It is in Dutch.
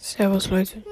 Servus Leute.